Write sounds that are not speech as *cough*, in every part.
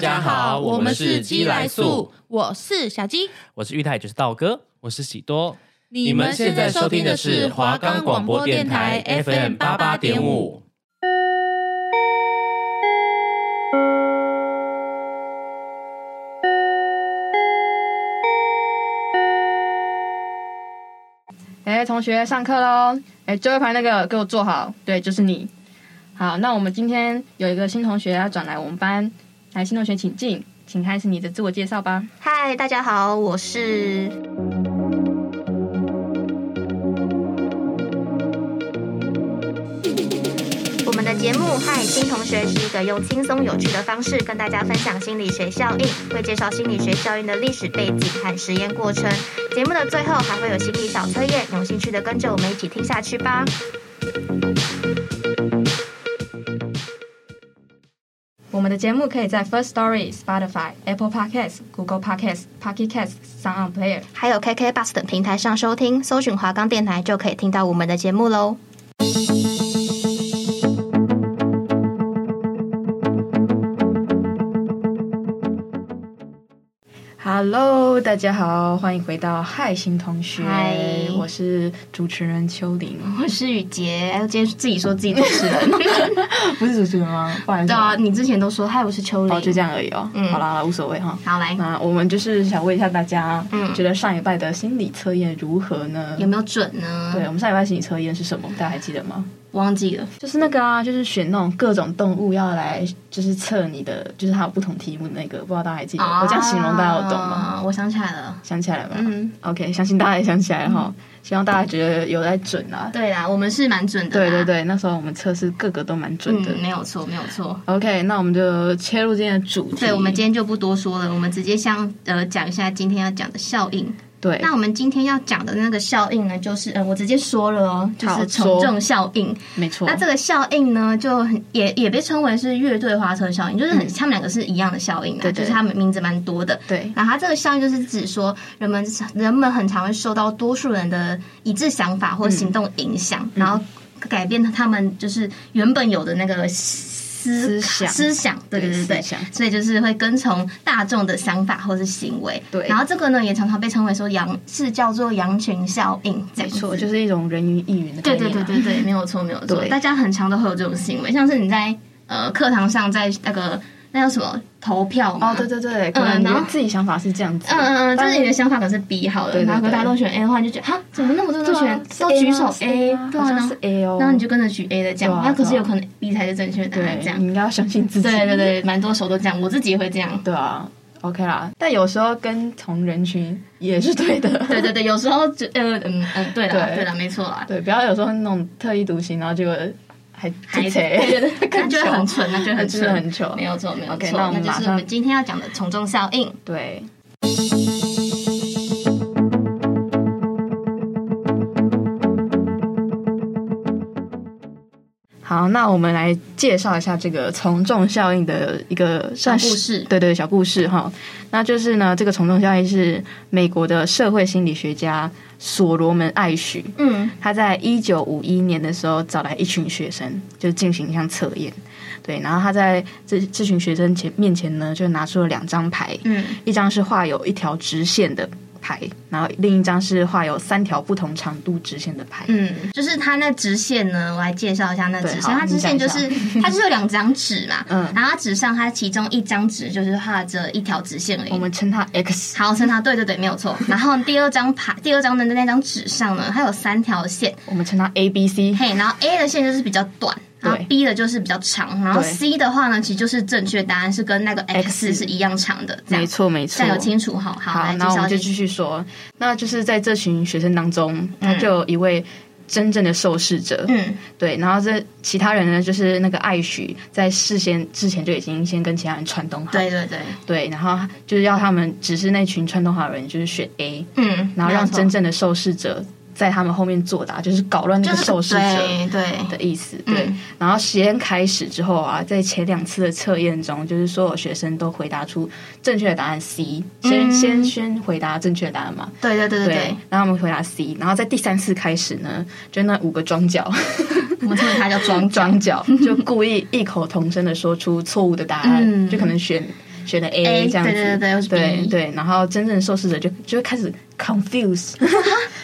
家好我们是鸡来素，我是小鸡。我是玉泰，就是道哥，我是喜多。你们现在收听的是华冈广播电台 FM 八八点五。哎，同学，上课喽！哎，最后一排那个给我坐好，对，就是你。好，那我们今天有一个新同学要转来我们班，来，新同学请进，请开始你的自我介绍吧。嗨，大家好，我是我们的节目《嗨新同学》是一个用轻松有趣的方式跟大家分享心理学效应，会介绍心理学效应的历史背景和实验过程。节目的最后还会有心理小测验，有兴趣的跟着我们一起听下去吧。我们的节目可以在 First Story、Spotify、Apple Podcasts、Google Podcasts、Pocket Casts、Sound On Player。还有 KK Bus 等平台上收听，搜寻华冈电台就可以听到我们的节目喽。 Hello，大家好，欢迎回到嗨新同学嗨我是主持人秋玲，我是雨杰，哎今天自己说自己主持 *laughs* 人。 *gasps* 不是主持人吗？不然对啊，你之前都说嗨，我是秋哦，就玲。这样嗯而已哦。嗯好啦，无所谓哈。好来，那我们就是想问一下大家，嗯觉得上礼拜的心理测验如何呢？有没有准呢？对，我们上礼拜心理测验是什么？大家还记得吗？忘记了。就是那个啊，就是选那种各种动物要来，就是测你的，就是它有不同题目的那个，不知道大家还记得？我这样形容大家有懂吗？啊？我想起来了，想起来了吗、嗯， o k 相信大家也想起来了哈、希望大家觉得有在准啊。对啦，我们是蛮准的对啦。对对，那时候我们测试各个都蛮准的、嗯，没有错，没有错。 OK，那我们就切入今天的主题。对，我们今天就不多说了，我们直接像呃讲一下今天要讲的效应。对那我们今天要讲的那个效应呢，就是呃我直接说了哦，就好是说从众效应。没错那，这个效应呢，就很也也被称为是乐队花车效应，就是很、他们两个是一样的效应啊，嗯对对就是他们名字蛮多的。对然后它这个效应就是指说，人们人们很常会受到多数人的一致想法或行动影响，嗯然后改变他们就是原本有的那个思思想思想，对对对对思。想所以就是会跟从大众的想法或是行为，对然后这个呢，也常常被称为说羊是叫做羊群效应，这没样子错，就是一种人云亦云的概对念、对啊。对对对，没有错没有错，对大家很常都会有这种行为，像是你在呃课堂上在那个那叫什么投票嘛，哦，对对对，可能你嗯然后自己想法是这样子，嗯嗯嗯，就但是你的想法可能是 B 好了，对对然后可对大家都选 A 的话，你就觉得哈，怎么那么多人对都选啊是都 A 举吗手是 A，吗对好啊，像然后是 A 哦，然后你就跟着举 A 的这对样啊，那可是对啊有可能 B 才是正确答案对这，你样。应该要相信自己，对对对，蛮多手都这样，我自己也会这样。 *laughs* 对啊，OK 啦。但有时候跟同人群也是对的，对对对，有时候就呃嗯嗯，对了对对了，没错啦， *laughs* 对，不要有时候那种特立独行，然后结果还还还对 *laughs* 对对，那更就会糗很蠢，那就会很真的蠢，很糗没有错没有 OK，错，那我们那马就是上我们今天要讲的从众效应。对。好，那我们来介绍一下这个从众效应的一个算是小故事对对小故事哈。那就是呢，这个从众效应是美国的社会心理学家所罗门·艾许，嗯，他在一九五一年的时候找来一群学生，就进行一项测验。对，然后他在这这群学生前面前呢，就拿出了两张牌，嗯，一张是画有一条直线的牌，然后另一张是画有三条不同长度直线的牌。嗯，就是它那直线呢，我来介绍一下那直对线。好它直线就你是它就是有两张纸嘛，嗯然后它纸上它其中一张纸就是画着一条直线而我已。们称它 X。好，称它对对对，没有错。然后第二张牌，第二张的那张纸上呢，它有三条线，我们称它 A B C。嘿，然后 A 的线就是比较短，然后对 B 的就是比较长，然后对 C 的话呢，其实就是正确答案是跟那个 X X 是一样长的，这样没，错，没这错。样有清楚好好好，来介那我绍们就一继下。续说，那就是在这群学生当中，他就有一位真正的受试者，嗯，对，然后这其他人呢，就是那个艾许在事先之前就已经先跟其他人串通好，对对对，对然后就是要他们只是那群串通好的人就是选 A，嗯，然后没有让错真正的受试者在他们后面作答，就是搞乱那就个是受试者对对的意思，对。嗯然后实验开始之后啊，在前两次的测验中，就是所有学生都回答出正确的答案 C，先、嗯先先回答正确的答案嘛，对对对对对对。，然后我们回答 C，然后在第三次开始呢，就那五个庄脚。 *laughs* 我们称为它叫装 *laughs* 装脚，就故意异口同声的说出错误的答案，嗯就可能选选了 A， A 这样子，对对对对或是 B 对对然后真正的受试者就就会开始 confuse，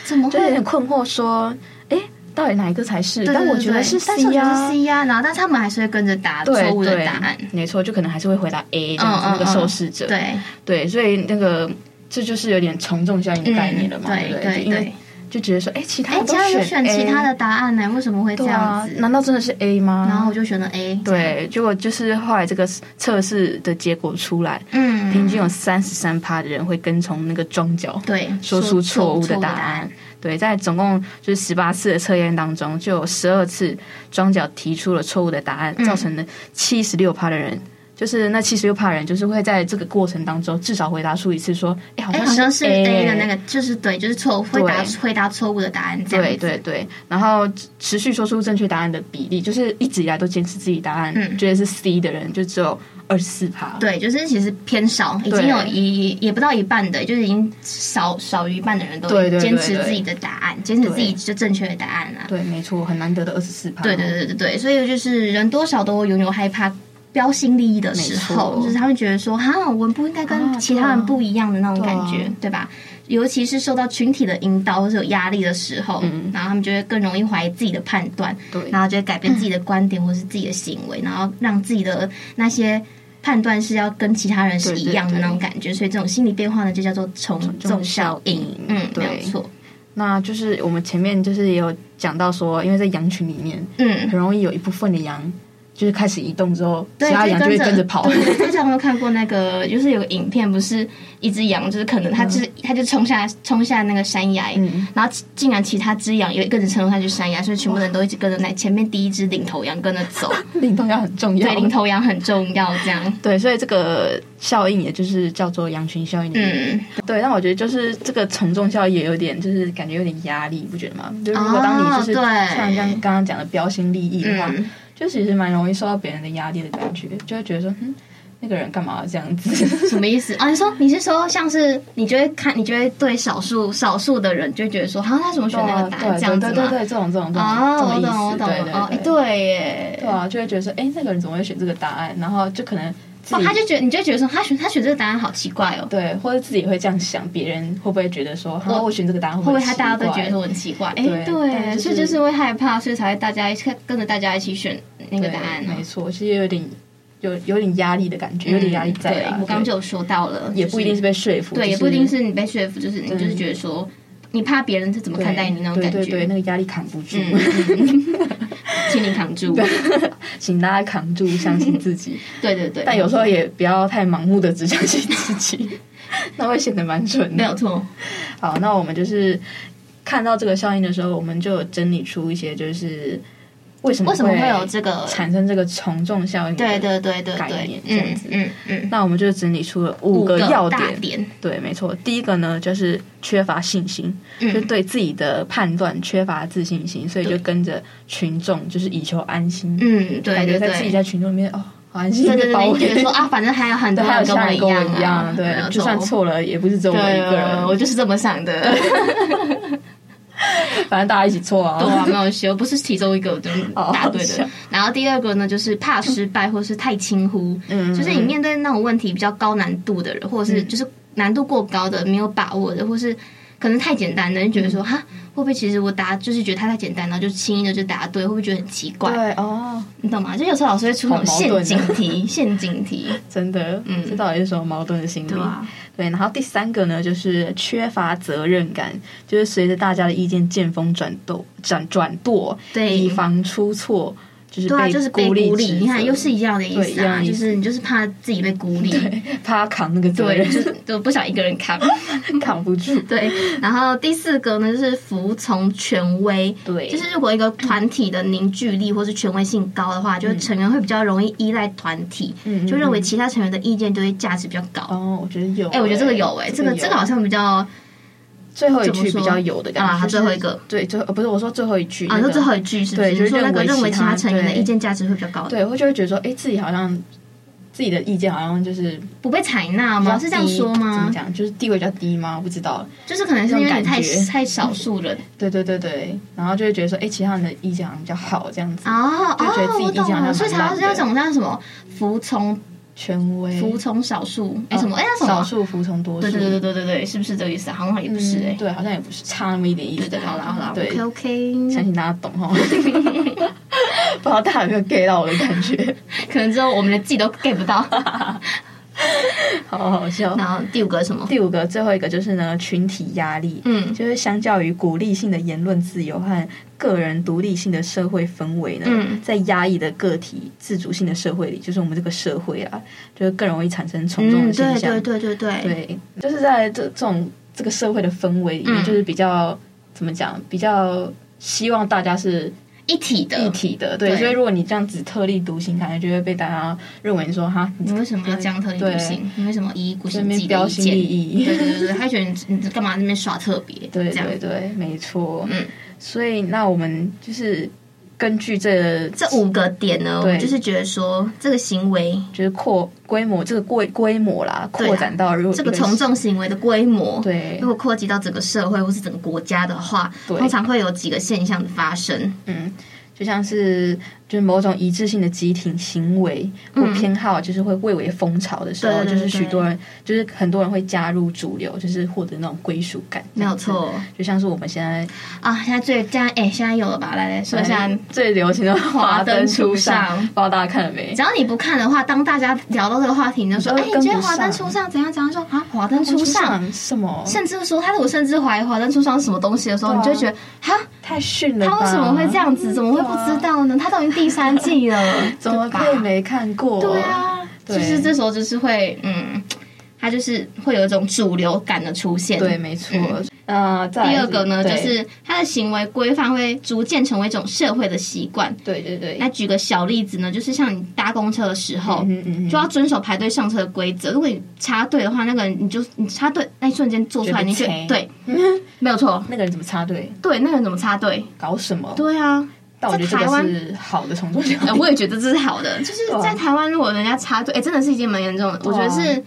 怎么就有会点？困惑，说，哎，到底哪一个才是？对但我对觉得对是但是我 C 觉得呀、是 C 呀、然后但是他们还是会跟着答对错误的对答案。，没错，就可能还是会回答 A 这样子嗯嗯那个受试者，对，对，哎所以那个这就是有点从众效应的概念了嘛，嗯对对不对因为对就觉得说，哎，其他哎，的其都他人选选其 A 他的答案呢、为什么会这对啊样，子？难道真的是 A 吗？然后我就选了 A。，啊对，结果就是后来这个测试的结果出来，嗯，平均有三十三趴的人会跟从那个庄脚对说出错误的答案案。。对，在总共就是十八次的测验当中，就有十二次庄脚提出了错误的答案，嗯造成了七十六趴的人。就是那七十六趴人，就是会在这个过程当中至少回答出一次说，哎、好哎，像好像是 A 的那个。个，就是对，就是错，会答会答错误的答案这样对子。对对，然后持续说出正确答案的比例，就是一直以来都坚持自己答案，嗯觉得是 C 的人就只有二十四趴。对，就是其实偏少，已经对有一也不到一半的，就是已经少少于一半的人都对对对坚持对自己的答案，坚持自己就正确的答案啊。对，没错，很难得的二十四趴。对对对对对，所以就是人多少都拥有害怕标新立异的时没候，错就是他会觉得说，哈，我们不应该跟啊其他人不一样的那种对感啊觉，对吧？尤其是受到群体的引导或者有压力的时候，嗯然后他们就会更容易怀疑自己的判断，对然后就会改变自己的观点或是自己的行 *clears throat* 为，然后让自己的那些。判断是要跟其他人是一样的对对对那种感觉，所以这种心理变化呢，就叫做从众众效效应应。嗯，没对有错。那就是我们前面就是也有讲到说，因为在羊群里面，嗯，很容易有一部分的羊就是开始移动之后，其对，他羊就会跟着跑。 *laughs* 对，对大家有没有看过那个？就是有个影片，不是一只羊，就是可能它就是它就冲下冲下那个山崖，嗯然后其竟然其他只羊有一个人冲下去山崖，所以全部人都一直跟着那前面第一只领头羊跟着 *laughs* 走。领头羊很重要对，。领头羊很重要，这样。对，所以这个效应也就是叫做羊群效应的意思。嗯，对，但我觉得就是这个从众效应也有点，就是感觉有点压力，不觉得吗？就如果当你就是哦对像像刚刚讲的标新立异的话，嗯就其实蛮容易受到别人的压力的感觉，就会觉得说，嗯，那个人干嘛要这样 *laughs* 子？什么意思啊？你说你是说像是你就会看，你就会对少数少数的人就会觉得说，好、啊，他怎么选那 *laughs* 个答案对这样子对对吗？对，这种这种这种、哦，这我种意思，懂，我懂，对对哦，哎，对对耶，对啊，就会觉得说，哎，那个人怎么会选这个答案？然后就可能自哦己、，他就觉得你就会觉得说，他选他选这个答案好奇怪哦，对，或者自己会这样想，别人会不会觉得说，哈，我选这个答案会会不不会会他大家都奇怪觉得说我很奇怪？哎，对但对，就是所以就是会害怕，所以才会大家一起跟着大家一起选那个对答案啊。嗯没错，其实有点有有点压力的感觉，有点压力在对啦。，我刚刚就对有说到了，也不一定是被被说服，对，就也不一定是你被说服，就是你对就是觉得说你怕别人是怎么对看待你那种感对对对，觉，嗯那个压力扛不住，请你扛住。 *laughs* 请大家扛住，相信自 *laughs* 己。对对对，但有时候也不要太盲目的只相信自 *laughs* 己，那会显得蛮蠢的。没有错，好，那我们就是看到这个效应的时候，我们就有整理出一些就是为什么为什么会有这个？产生这个从众效应？对。对对对概对念，这样嗯子嗯嗯，那我们就整理出了五个要大点，点，对，没错。第一个呢，就是缺乏信心，就嗯对自己的判断缺乏自信心，所以就对跟着群众，就是以求安心，嗯，对感觉对在自己对。在群众里面哦，好安心，对对包对，围你觉得说啊，反正还有 *laughs* 很对，多还有人跟其他人跟我一一样啊，样，没有对，就算错错了也不是只有我一个我人，就是这么想的。 *laughs* 反正大家一起错啊。对啊，没有修，不是其中一个，就是哦答对好的笑。然后第二个呢，就是怕失败或是太轻忽，嗯就是你面对那种问题比较高难度的人，或者是嗯就是难度过高的、没有把握的，或是。可能太简单的，你觉得嗯说哈，会不会其实我答就是觉得它太简单，然后就轻易的就答对，会不会觉得很奇怪？对哦，你懂吗？就有时候老师会出那种好矛盾陷啊阱题，陷阱题，真的，嗯这到底是什么矛盾的心理？对啊吧？对，然后第三个呢，就是缺乏责任感，就是随着大家的意见见风转舵，转转舵，对以防出错，就是对啊，就是被孤孤立指立。责，你看，又是一样的意对一思样啊，的意就思是你就是怕自己被孤立，怕他扛那个责对，任，就 *laughs* 是就不想一个人扛。 *laughs* 扛不住。对，然后第四个呢就是服从权威。对就是如果一个团体的凝聚力或是权威性高的话，就是成员会比较容易依赖团体，嗯就认为嗯其他成员的意见就会价值比较高。哦，我觉得有欸，哎、我觉得这个有哎、这个这个好像比较最后一怎么句说比较有的感觉，啊就是最后一个对，最后呃不是我说最后一句啊，那那个最后一句是不是对就是说那个认为认为其其他他成员的对意见价值会比较高，对，会就会觉得说，哎，自己好像自己的意见好像就是不被采纳比较吗？是这样低说怎么吗？讲？就是地位比较低吗？我不知道。就是可能是因为你那太种感觉太少 *laughs* 数人对对对对，然后就会觉得说，哎，其他人的意见好像比较好这样子。哦嗯就觉得哦，自己我意见懂好像了，蛮所以才烂要是那的种像什么服从权威，哦服从少数，哎、什么？哎、那什么少啊？数服从多数，对对对对对对对，是不是这个意思啊？好像也不是哎、嗯对，好像也不是差那么一点意思。对对，好啦好啦对， ，OK 相 OK。信大家懂 *laughs* 哈。不知道大家有没有 get 到我的感 *laughs* 觉？可能之后我们的自己都 get 不 *laughs* 到。好好笑。然后第五个什么？第五个，最后一个就是呢，群体压力。嗯就是相较于鼓励性的言论自由和个人独立性的社会氛围呢，嗯在压抑的个体自主性的社会里，就是我们这个社会啊，就是更容易产生从众的现嗯对象。对对对对，对就是在这这种这个社会的氛围里面，嗯就是比较怎么讲，比较希望大家是一体的。一体的。对，对所以如果你这样子特立独行，感觉就会被大家认为说哈，你你为什么要这样特立独行？你为什么一意孤这行自边己标的意新立见？异。对对对对，他觉得你你干嘛那边耍特 *laughs* 别？ *laughs* 对这样对对，没错。嗯，所以那我们就是根据这这五个点呢，我对们就是觉得说这个行为，就是扩规模这个规规模啦，对啊扩展到如果这个一从众行为的规模，对如，果扩及到整个社会或是整个国家的话，对通常会有几个现象的发生。嗯，就像是就是某种一致性的集体行为或嗯偏好，就是会蔚为风潮的时候，对对就是对许多人就是很多人会加入主流，就是获得那种归属感。没有，错哦就像是我们现在啊！现在最现在哎，现在有了吧？来来说一下，最流 *laughs* 行的华灯初上，华不灯初上知道大家看了没只？要你不看的话，当大家聊到这个话题，你就说：“你哎、就会你呃跟觉得不华上灯初上怎样怎样？”说啊，华灯初上，什么？甚至说他，我甚至怀疑华灯初上是什么东西的时候，对啊你就会觉得哈，太逊了！他为什么会这？样子？怎么会不知道呢？他都已经第三季了， *laughs* 怎么对吧可以没看过？对，啊，对就是这时候就是会嗯，他就是会有一种主流感的出现。对，。没错。呃，再来嗯第二个呢，就对是他的行为规范会逐渐成为一种社会的习惯。对对对，来举个小例子呢，就是像你搭公车的时候，嗯嗯嗯，就要遵守排队上车的规则。如果你插队的话，那个人你就你插队那一瞬间做出就被来，你就切对，没有错， *laughs* 那个人怎么插队？对，那个人怎么插队？搞什么？对啊，但我觉得这在台个湾是好的从众效呃应。我也觉得这是好的，就是对啊在台湾，如果人家插队，哎、真的是一件蛮严重的。我觉得啊是，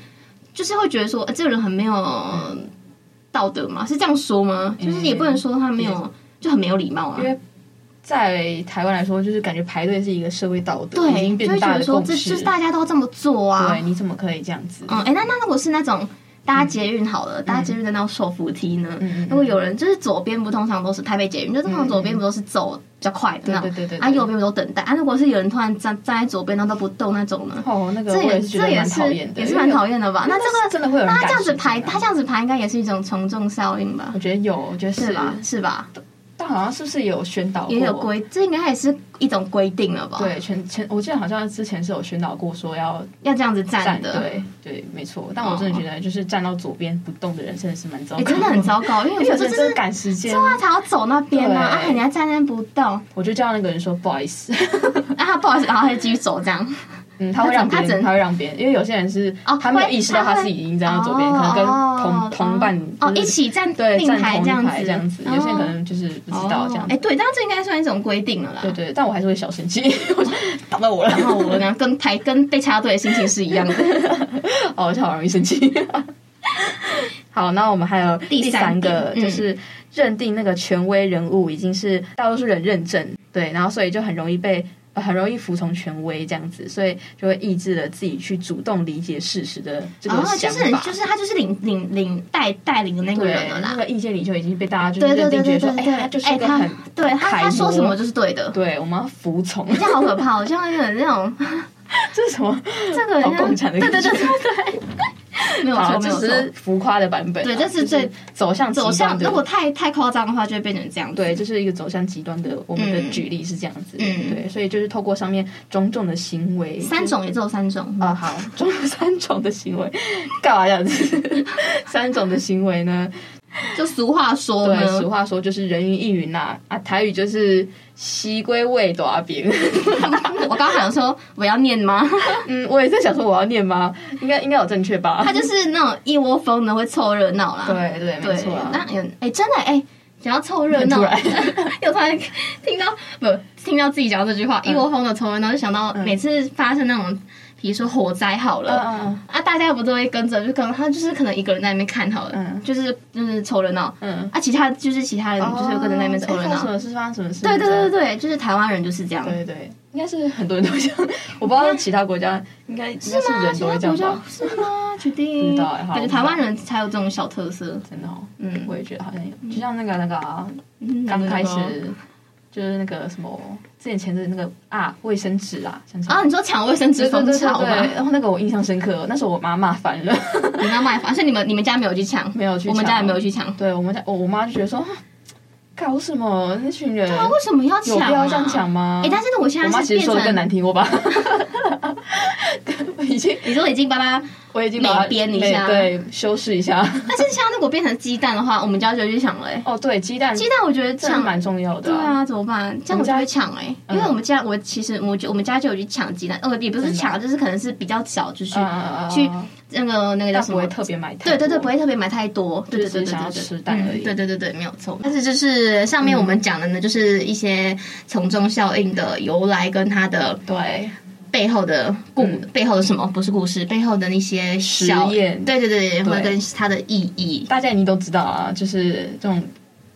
就是会觉得说，呃这个人很没有道德嘛，是这样说吗？就是也不能说他没有，就很没有礼貌啊嗯因。为 *laughs* 在台湾来说，就是感觉排队是一个社会道德，已对，经就会变觉大得的说，共这就识是。大家都这么做啊对，。你怎么可以这样子？嗯，哎、那那如果是那种搭捷运好了，搭捷运的那种手扶梯呢？嗯嗯嗯如果有人就是左边不通常都是台北捷运，就通常左边不都是走比较快的那种，对对对对对啊右边不都等待啊？如果是有人突然站站在左边然后都不动那种呢？哦，那个这我也是觉这得也蛮是讨厌的，也是蛮讨厌 *laughs* 的吧？因那为。这个真的会有人那他感这样子兴趣排，的他这样子排应该也是一种从众效应吧我？觉得有，我觉得是是哦吧？是吧？但好像是不是有宣导过？也有规，这应该也是一种规定了吧？，对，全全我记得好像之前是有宣导过说要要这样子站站，的，对对，没错。但我真的觉得就是站到左边不动的人真的是蛮糟哎，糕，真的 *laughs* 很糟糕，因因为为有我觉些得人这真是的赶时间，他才要走那边啊，啊对，人家站那不动，啊，我就叫那个人说不好意思，他不好意思，然后他就继续走这样。嗯，他会让别他只人，能他会让别人，因为有些人是哦他没有会意识到他他会是已经站到左边，哦可能跟哦同同伴哦，就是一起站对并站排同这样排子，这样子，有些人可能就是不知道这样哎，子，对，但这应该算一种规定了啦。对对，但我还是会小生气，我就打到我了，哦然后我呢，跟排跟被插队的心情是一 *laughs* 样的。哦，我就好容易生气。好，那我们还有第三个，第三点嗯就是认定那个权威人物已经是大多数人认证，对，然后所以就很容易被。呃很容易服从权威这样子，所以就会抑制了自己去主动理解事实的这个哦，就想是法。就是他就是领领领带带领的那个对，人了那啦。个意见领袖已经被大家就是对认对对定，觉得对说，对哎对，呀，他就是哎一个他很，对他楷他说模什么就是对的，对，我们要服从， *laughs* 这样好可怕哦，像那个那种这是什么？这个人好共产的对感对觉对对对，没有好，错没这有只是错，浮夸的版本啊，对这是最就走向极走向端的如果太太夸张的话，就会变成这样子。对，这是一个走向极端的，我们的举例是这样子，嗯对，所以就是透过上面种种的行为，三种也只有三种啊、好，种 *laughs* 三种的行为，干嘛这样子？ *laughs* 三种的行为呢？就俗话说对，呢，俗话说就是人云亦云呐、啊，台语就是西归未多饼。 *laughs* 我刚刚想说我要念吗？ *laughs* 嗯，我也在想说我要念吗？应该应该有正确吧？他就是那种一窝蜂的会凑热闹啦。对对，没对错、啊。那有哎、真的哎、想要凑热闹，突然 *laughs* 又突然嗯听到不听到自己讲到这句话，一窝蜂的凑热闹，就想到每次发生那种。比如说火灾好了，嗯啊，大家不都会跟着，就可能他就是可能一个人在那边看好了，嗯就是就是凑热闹，嗯，啊，其他就是其他人哦就是有跟着那边凑热发哎生什闹。么事，发生什么事？对对对对对，就是台湾人就是这样。对对，应该是很多人都这样，我不知道其他国 *laughs* 家应该应该是吗？人其都他会这国样家吧？是吗？确不定？知道哎好感觉台湾人才有这种小特色。真的哦，嗯我也觉得好像有，就像那个那个啊嗯刚开那个始。就是那个什么，之前前阵子那个啊，卫生纸啊，想起来啊，你说抢卫生纸对对风对对潮吧？啊对，然后那个我印象深刻，那时候我妈骂烦 *laughs* 了，你们要卖房，所以你们你们家没有去抢，没有去我们抢家也没有去抢。对我们家，我我妈就觉得说，啊搞什么那群人啊，为什么要有抢、啊？必要这样抢？吗？哎、但是我现我妈在是其实变说的更成，难听，我把， *laughs* 我已经你说已经把它，我已经把它美编一下对，修饰一下。但是像如果变成鸡蛋的话，我们家就会去抢了、欸。哦，对，鸡蛋，鸡蛋我觉得这抢，蛮重要的对啊。啊，怎么办？这样我就会抢哎、嗯因为我们家我其实我就我们家就有去抢鸡蛋，呃，也不是抢，就是可能是比较小，就是嗯嗯嗯，去嗯那个那个叫但什不么会？特别买太多。对对对，不会特别买太多，对对对对想要对对吃蛋而已嗯嗯对对对对，没有错。但是就是上面我们讲的呢，就是一些从众效应的由来跟它的对，背后的故、背后的什么不是故事，背后的那些小嗯实验对对对，或者对跟它的意义。大家一定都知道啊，就是这种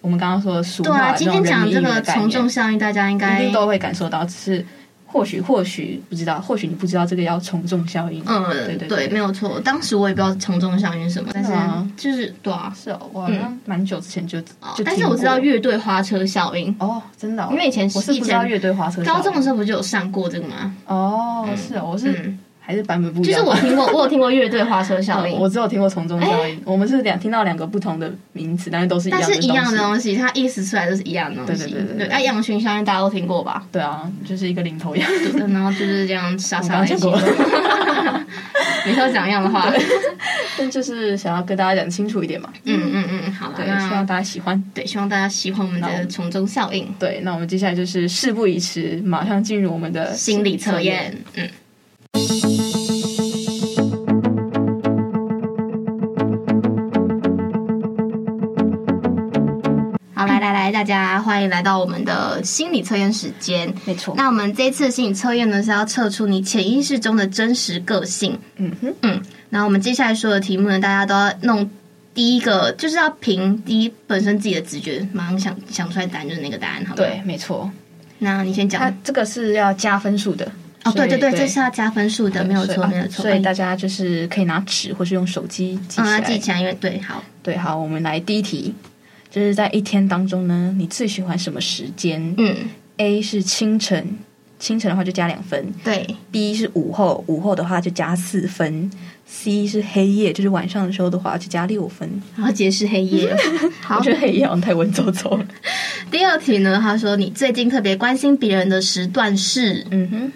我们刚刚说的俗对啊，话，今天讲这个从众众效应，大家应一该定都会感受到，只是或许或许不知道，或许你不知道这个叫从众效应。嗯对对没有错。当时我也不知道从众效应是什么，但是的啊就是对啊，是哦，我好像蛮久之前就哦就但是我知听过道乐队花车效应，哦，真的哦，因为以前我是不知道乐队花车高中的时候候不就有上过这个吗？哦，是哦，我是嗯，还是版本不一就是样我吧。听过，我有听过乐队花车效 *laughs* 应，我只有听过从哎众效应，我们是两听到两个不同的名词，但是都是一样但的是一样的哦东西。东西，它意思出来都是一样的东西。对对对对对哎，羊群效应大家都听过吧？对啊，就是一个领头羊。 *laughs* 对，然后就是这样傻我傻刚的讲过，每次都讲一样的话。 *laughs* 但就是想要跟大家讲清楚一点嘛。嗯嗯嗯，好了，对，希望那大家喜欢。对，希望大家喜欢我们的从众效应对，那我们接下来就是事不宜迟，马上进入我们的心理测。验。嗯，好，来来来，大家欢迎来到我们的心理测验时间。没错。那我们这一次的心理测验呢，是要测出你潜意识中的真实个性。嗯哼，那我们接下来说的题目呢，大家都要弄第一个，就是要凭第一本身自己的直觉，马上想想出来答案就是那个答案，好吗？对，。没错。那你先它讲。这个是要加分数的。哦，对对对，所以这是要加分数的，没有所错，以没有错。所以大哎家就是可以拿纸或是用手机记起嗯，要来。记起来，因为对，好，对，好，我们来第一题，就是在一天当中呢，你最喜欢什么时间嗯， ？A 是清晨，清晨的话就加两分对， ；B 是午后，午后的话就加四分；C 是黑夜，就是晚上的时候的话就加六分。然后解释黑 *laughs* 夜。好我觉，得黑夜好像太文绉绉了。第二题呢，他说你最近特别关心别人的时段是嗯哼，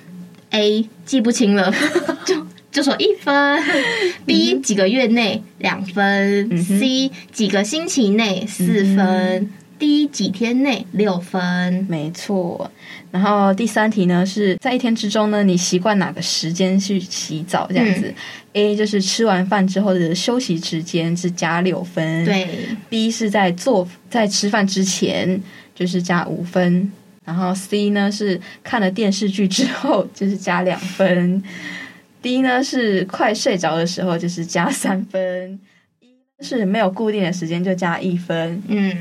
A 记不清 *laughs* 了，就就说一嗯分；B 几个月内两分、嗯哼嗯 c 几个星期内四分、d 几天内六分。没错。然后第三题呢是在一天之中呢，你习惯哪个时间去洗澡？这样子、a 就是吃完饭之后的休息时间是加六分。。对， B 是在做在吃饭之前，就是加五分。然后 C 呢是看了电视剧之后，就是加两分。D 呢是快睡着的时候，就是加三分。E 是没有固定的时间就加一分。嗯。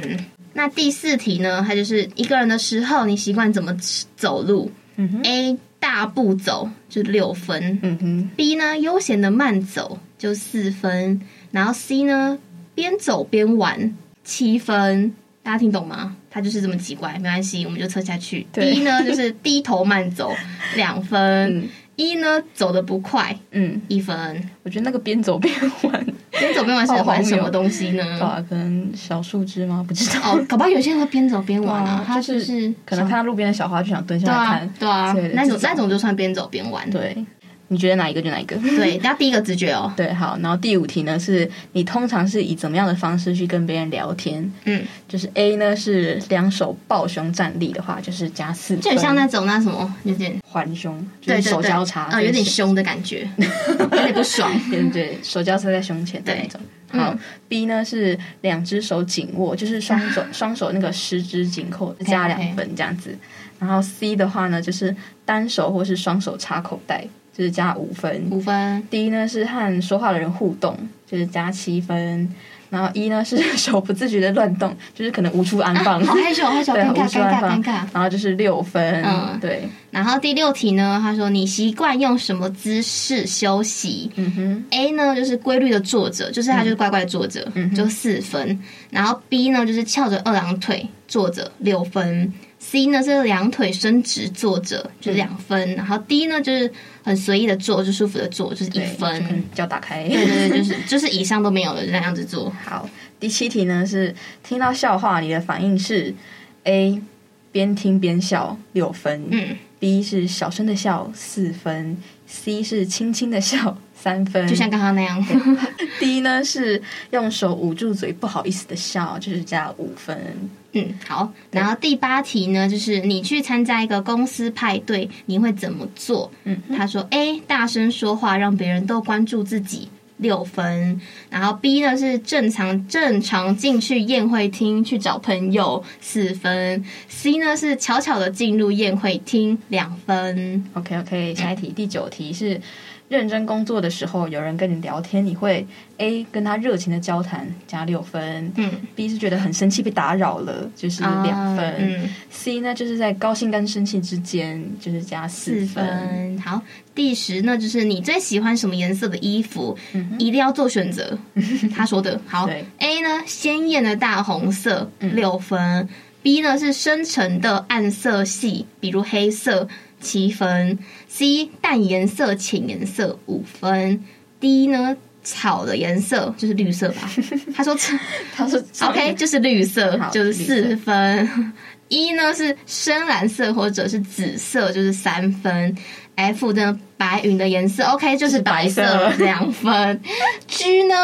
那第四题呢？它就是一个人的时候，你习惯怎么走路、嗯哼， a 大步走就是六分嗯哼， ，B 呢悠闲的慢走就四分，然后 C 呢边走边玩七分。大家听懂吗？它就是这么奇怪，没关系，我们就测下去。对 D *laughs* 呢就是低头慢走两分、嗯 e 呢走的不快嗯，一分。我觉得那个边走边玩，边走边玩是好荒玩什谬么东西对呢？啊，可能小树枝吗？不知道，哦，搞不好有些人会边走边玩 *laughs* 啊，对啊他就是是可能看到路边的小花就想蹲下对来啊看。对啊之类，的那种这种那种就算边走边玩。对，你觉得哪一个就哪一个。对，那第一个直觉哦，对，好，然后第五题呢是你通常是以怎么样的方式去跟别人聊天？嗯，就是 A 呢是两手抱胸站立的话，就是加四分，就很像那种那什么，有点环胸，就对是对手对，交叉，啊，有点就是凶的 *laughs* 感觉，有点不爽。对对，手交叉在胸前的那种。对好嗯，B 呢是两只手紧握，就是双手双手那个十指紧扣加两分这样子。然后 C 的话呢，就是单手或是双手插口袋，就是加五分。五分，第一呢是和说话的人互动，就是加七分。然后一呢是手不自觉的乱动，就是可能无处安放。啊好害羞，好害羞，对啊尴无尬，处尴安尬，放尴尬。然后就是六分，嗯对，然后第六题呢，他说你习惯用什么姿势休息？嗯哼， A 呢就是规律的坐着，就是他就是乖乖地坐着，嗯哼就四分。然后 B 呢就是翘着二郎腿坐着，六分。C 呢是两腿伸直坐着，就两分。嗯然后 D 呢就是很随意的坐，就舒服的坐，就是一对就可分能。脚打开。对对对，就是就是以上都没有的那样子做。好，第七题呢是听到笑话，你的反应是 A 边听边笑六分、嗯， b 是小声的笑四分，C 是轻轻的笑三分，就像刚刚那样。 D 呢是用手捂住嘴不好意思的笑，就是加五分。嗯，好。然后第八题呢，就是你去参加一个公司派对，你会怎么做？嗯，他说 A 大声说话，让别人都关注自己。六分，然后 B 呢是正常正常进去宴会厅去找朋友四分，C 呢是悄悄的进入宴会厅两分， OK OK，下一题、第九题是认真工作的时候，有人跟你聊天，你会 A 跟他热情的交谈加六分嗯， ，B 是觉得很生气被打扰了，就是两分、啊嗯， c 呢就是在高兴跟生气之间，就是加四四分。分。好，第十呢就是你最喜欢什么颜色的衣服，嗯哼一定要做选 *laughs* 择。他说的好对，A 呢鲜艳的大红色嗯六分，B 呢是深沉的暗色系，比如黑色七分，C 淡颜色浅颜色五分，D 呢草的颜色就是绿色 *laughs* 吧？他说草他说 *laughs* OK 就是绿色好，就是绿四色分。 *laughs* 一呢是深蓝色或者是紫色，就是三分。F 呢白云的颜色，OK 就是白色白色 *laughs* 两分。G 呢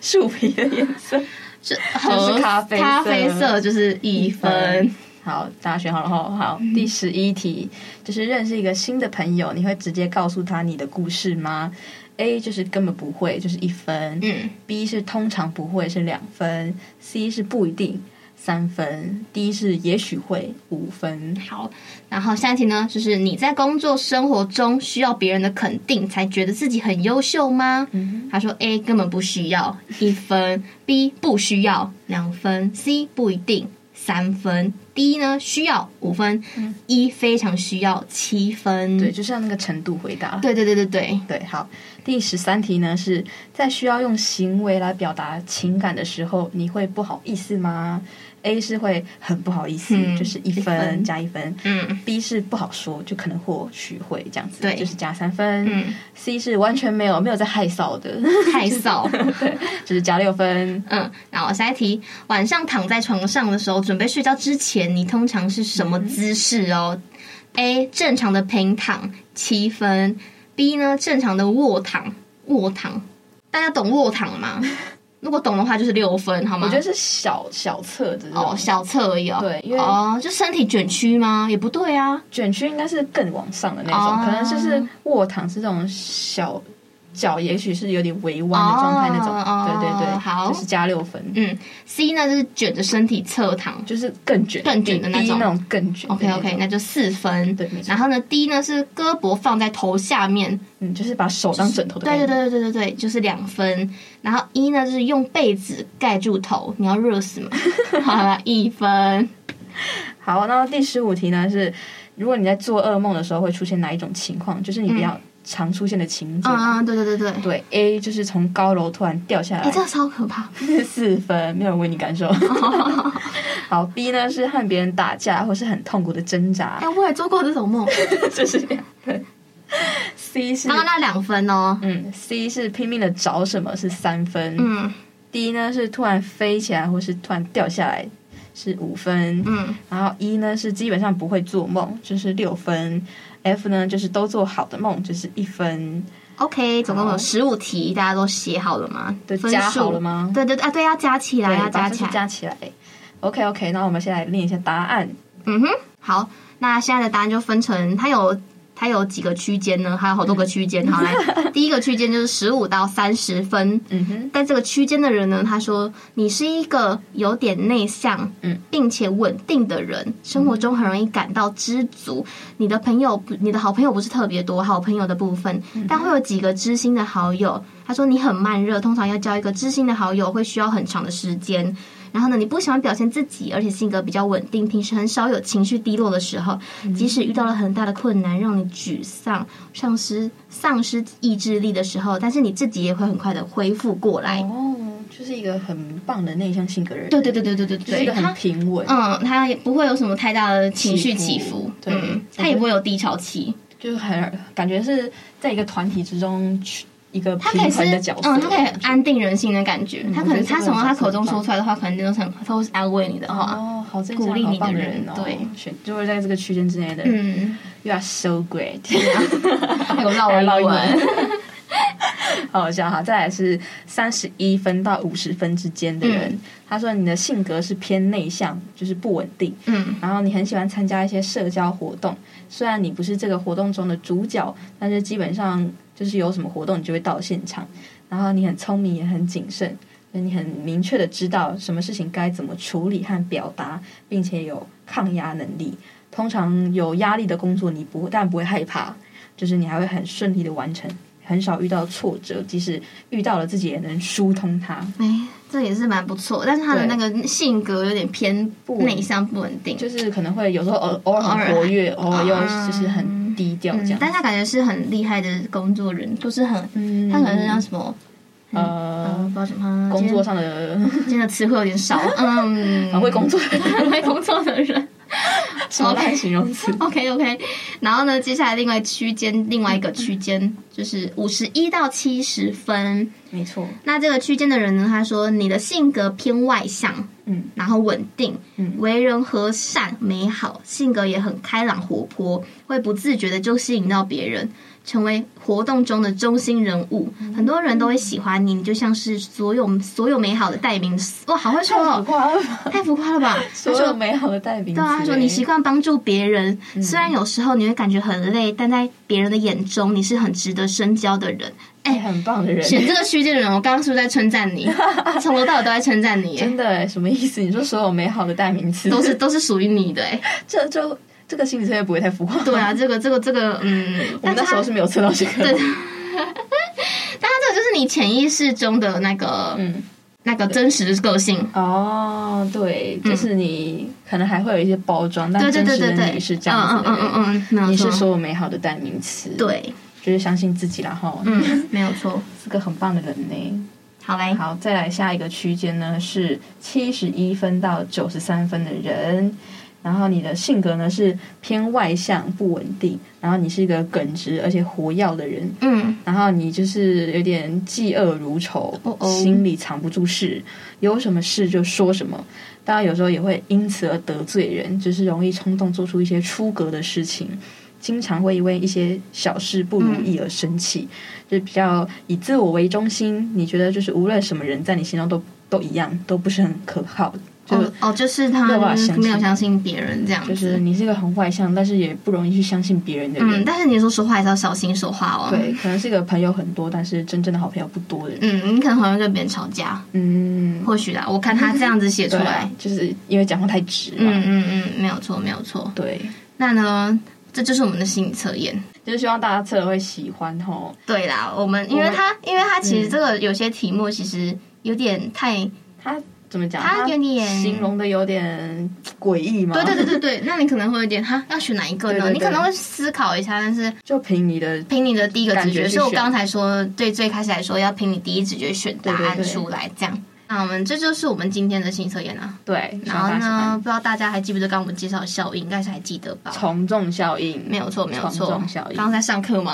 树皮的颜色。是和咖啡色咖啡色就是一分。 *laughs* 好，大家选好了吼。好，第十一题就是认识一个新的朋友，你会直接告诉他你的故事吗？A 就是根本不会，就是一分。嗯， B 是通常不会，是两分。C 是不一定，三分。D 是也许会，五分。好。然后下一题呢，就是你在工作生活中需要别人的肯定才觉得自己很优秀吗？他说 A 根本不需要一分，B 不需要两分，C 不一定三分，D 呢需要五分、一非常需要七分。对，就是要那个程度回答。对对对对对，对，好。第十三题呢是在需要用行为来表达情感的时候，你会不好意思吗？A 是会很不好意思，嗯就是一一分分加一分。嗯 B 是不好说，就可能或许会这样子，对就是加三分。嗯， C 是完全没有没有在害臊的，太少。对，就是加六分。嗯，然后下一题，晚上躺在床上的时候，准备睡觉之前，你通常是什嗯么姿势哦、a 正常的平躺七分，B 呢正常的卧躺卧躺，大家懂卧 *laughs* 躺吗？如果懂的话就是六分，好吗？我觉得是小小侧的这种哦，小侧而已哦。对因为哦，就身体卷曲吗？也不对啊。卷曲应该是更往上的那种，哦可能就是卧躺是这种小脚，也许是有点微弯的状态那种。哦对对对，好就是加六分。嗯，C 呢就是卷着身体侧躺。就是更卷、更卷的那比种 B 那种更卷的 OK 那种。 OK，那就四分。对没错然后呢，D 呢是胳膊放在头下面，嗯，就是把手当枕头的。对对。对对对对对，就是两分。然后一呢，就是用被子盖住头，你要热死吗？ *laughs* 好了，一分。好，那第十五题呢是，如果你在做噩梦的时候会出现哪一种情况？就是你比较常出现的情景。啊、嗯，对对对对，哎、对，A 就是从高楼突然掉下来，这个超可怕。四分，没有人为你感 *laughs* 受。好，B 呢是和别人打架或是很痛苦的挣扎哎、，我也做过这 *laughs* 种梦。就是两分。C 是然后那两分哦，嗯，C 是拼命的找什么是三分，嗯 D 呢是突然飞起来或是突然掉下来是五分，嗯然后 E 呢是基本上不会做梦，就是六分，F 呢就是都做好的梦，就是一分。 ，OK，总共好有十五题，大家都写好了吗？对分加数好了吗对对对啊，对，要加起来，对，要把加这起些来。加起来。OK OK，那我们先来念一下答案。嗯哼，好，那现在的答案就分成，它有它有几个区间呢？还有好多个区间。*laughs* 好来，第一个区间就是十五到三十分。嗯哼，在这个区间的人呢，他说你是一个有点内向，嗯，并且稳定的人，生活中很容易感到知足。你的朋友不，你的好朋友不是特别多，好朋友的部分，但会有几个知心的好友。他说你很慢热，通常要交一个知心的好友会需要很长的时间。然后呢，你不喜欢表现自己，而且性格比较稳定，平时很少有情绪低落的时候。嗯即使遇到了很大的困难，让你沮丧、丧失丧失意志力的时候，但是你自己也会很快的恢复过来。哦，就是一个很棒的内向性格人，哎对对对，对对对就是一对，个他很平稳，嗯，他也不会有什么太大的情绪起起伏伏，对嗯，他也不会有低潮期，就是很感觉是在一个团体之中去一个他可以平是衡的角色，嗯嗯，他可以安定人心的感觉。他可我觉能得这他个从很他口中很棒说出来的话，可能都是很啊都是安慰你的话，哦，好正啊鼓向励好你的棒的人哦，对选就是在这个区间之内的， *laughs* 嗯， ，You are so *laughs* great，还有绕还英绕英文文。 *laughs* 好好笑哈。再来是三十一分到五十分之间的人，嗯他说你的性格是偏内向，就是不稳定，嗯，然后你很喜欢参加一些社交活动，虽然你不是这个活动中的主角，但是基本上就是有什么活动你就会到现场。然后你很聪明，也很谨慎，所以你很明确的知道什么事情该怎么处理和表达，并且有抗压能力。通常有压力的工作，你不但不会害怕，就是你还会很顺利的完成，很少遇到挫折，即使遇到了自己也能疏通它。哎，这也是蛮不错，但是他的那对个性格有点偏不稳内向不稳定，就是可能会有时候偶偶尔偶尔很活跃，偶尔又啊就是很低调这嗯样，。但他感觉是很厉害的工作人，就是很，嗯他可能是像什么，嗯，呃不知道什么，工作上的今天今天的词汇有点少，嗯， *laughs* 很会工作，很会工作的人。什么烂形容词？ OK OK，然后呢，接下来另外区间，另外一个区间就是五十一到七十分。没错，那这个区间的人呢，他说你的性格偏外向，嗯，然后稳定，嗯为人和善、美好，性格也很开朗活泼，会不自觉的就吸引到别人，成为活动中的中心人物。嗯很多人都会喜欢你，你就像是所有所有美好的代名词。哇，好会说太浮哦，夸了吧，太浮夸了吧？ *laughs* 所有美嗯好的代名词。对啊，他说你习惯帮助别人，虽然有时候你会感觉很累，但在别人的眼中，你是很值得深交的人。哎，很棒的人，选这个区间的人，我刚刚是不是在称赞 *laughs* 你？从头到尾都在称赞你耶，真的哎什么意思？你说所有美好的代名词都是都是属于你 *laughs* 的哎。这就这个心理测验不会太浮夸。对，啊，这个这个这个，嗯，我们但是那时他候是没有测到这个。但他这个就是你潜意识中的那个、嗯，那个真实个性。哦，对，就是你可能还会有一些包装，但对对真对实对的对，你是这样子嗯的嗯人。嗯嗯嗯，没有你是错所有美好的代名词，，对，就是相信自己啦哈。 *laughs* 嗯，没有错。是个很棒的人呢。好嘞，好，再来下一个区间呢是七十一分到九十三分的人，然后你的性格呢是偏外向、不稳定，然后你是一个耿直而且活跃的人，嗯，然后你就是有点嫉恶如仇，哦哦心里藏不住事，有什么事就说什么。当然，有时候也会因此而得罪人，就是容易冲动做出一些出格的事情，经常会因为一些小事不如意而生气，就比较以自我为中心。你觉得就是无论什么人在你心中都都一样，都不是很可靠。就、哦哦，就是他没有办法相信没有相信别人这样就子。是你是一个很外向，但是也不容易去相信别人的人。嗯，但是你说说话还是要小心说话哦。，对，可能是一个朋友很多，但是真正的好朋友不多的人。嗯，你可能很容易跟别人吵架，嗯，或许啦。我看他这样子写出对啊来，就是因为讲话太直嘛。嗯嗯嗯，没有错，没有错。对，那呢，这就是我们的心理测验。就是希望大家测了会喜欢吼，对啦，我们嗯因为它，因为它其实这个有些题目其实有点太，他怎么讲？他他有点形容的有点诡异嘛。对对对对 *laughs* 对，那你可能会有点哈，要选哪一个对呢？对对你可能会思考一下，但是就凭你的凭你的第一个直感觉，觉去所以我选刚才说，对最开始来说要凭你第一直觉选答案对对对出来，这样。嗯那我们这就是我们今天的心理测验啦。对，希然望后大家喜呢，欢。不知道大家还记不记得刚刚我们介绍的效应，应该是还记得吧？从众效应没有错，没有错。从众效应刚刚在上课 *laughs* 嘛，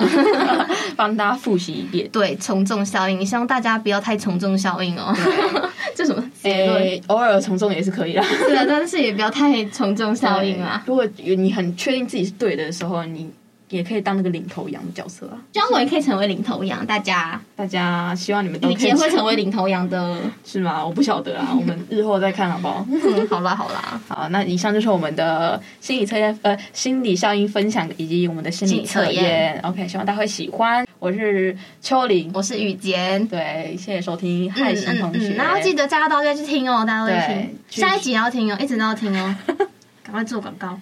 帮大家复习一遍。对，从众效应，希望大家不要太从众效应哦。 *laughs* 这什么结论？诶，偶尔从众也是可以的。对啊，但是也不要太从众效应啦。如果你很确定自己是对的时候，你也可以当那个领头羊的角色啊。希望我也可以成为领头羊，大家大家希望你们都雨可以杰会成为领头羊的。是吗？我不晓得啊，我们日后再看好不好？ *laughs* 嗯，好啦好啦，好，那以上就是我们的心理测验，呃，心理效应分享以及我们的心理测心理测验。OK，希望大家会喜欢。我是秋玲，我是雨嗯杰。对，谢谢收听，嗨，新同学，然后记得大家都要去听哦，大家都要去对 *laughs* 听，下一集也要听哦，一直都要听哦，赶快做广告。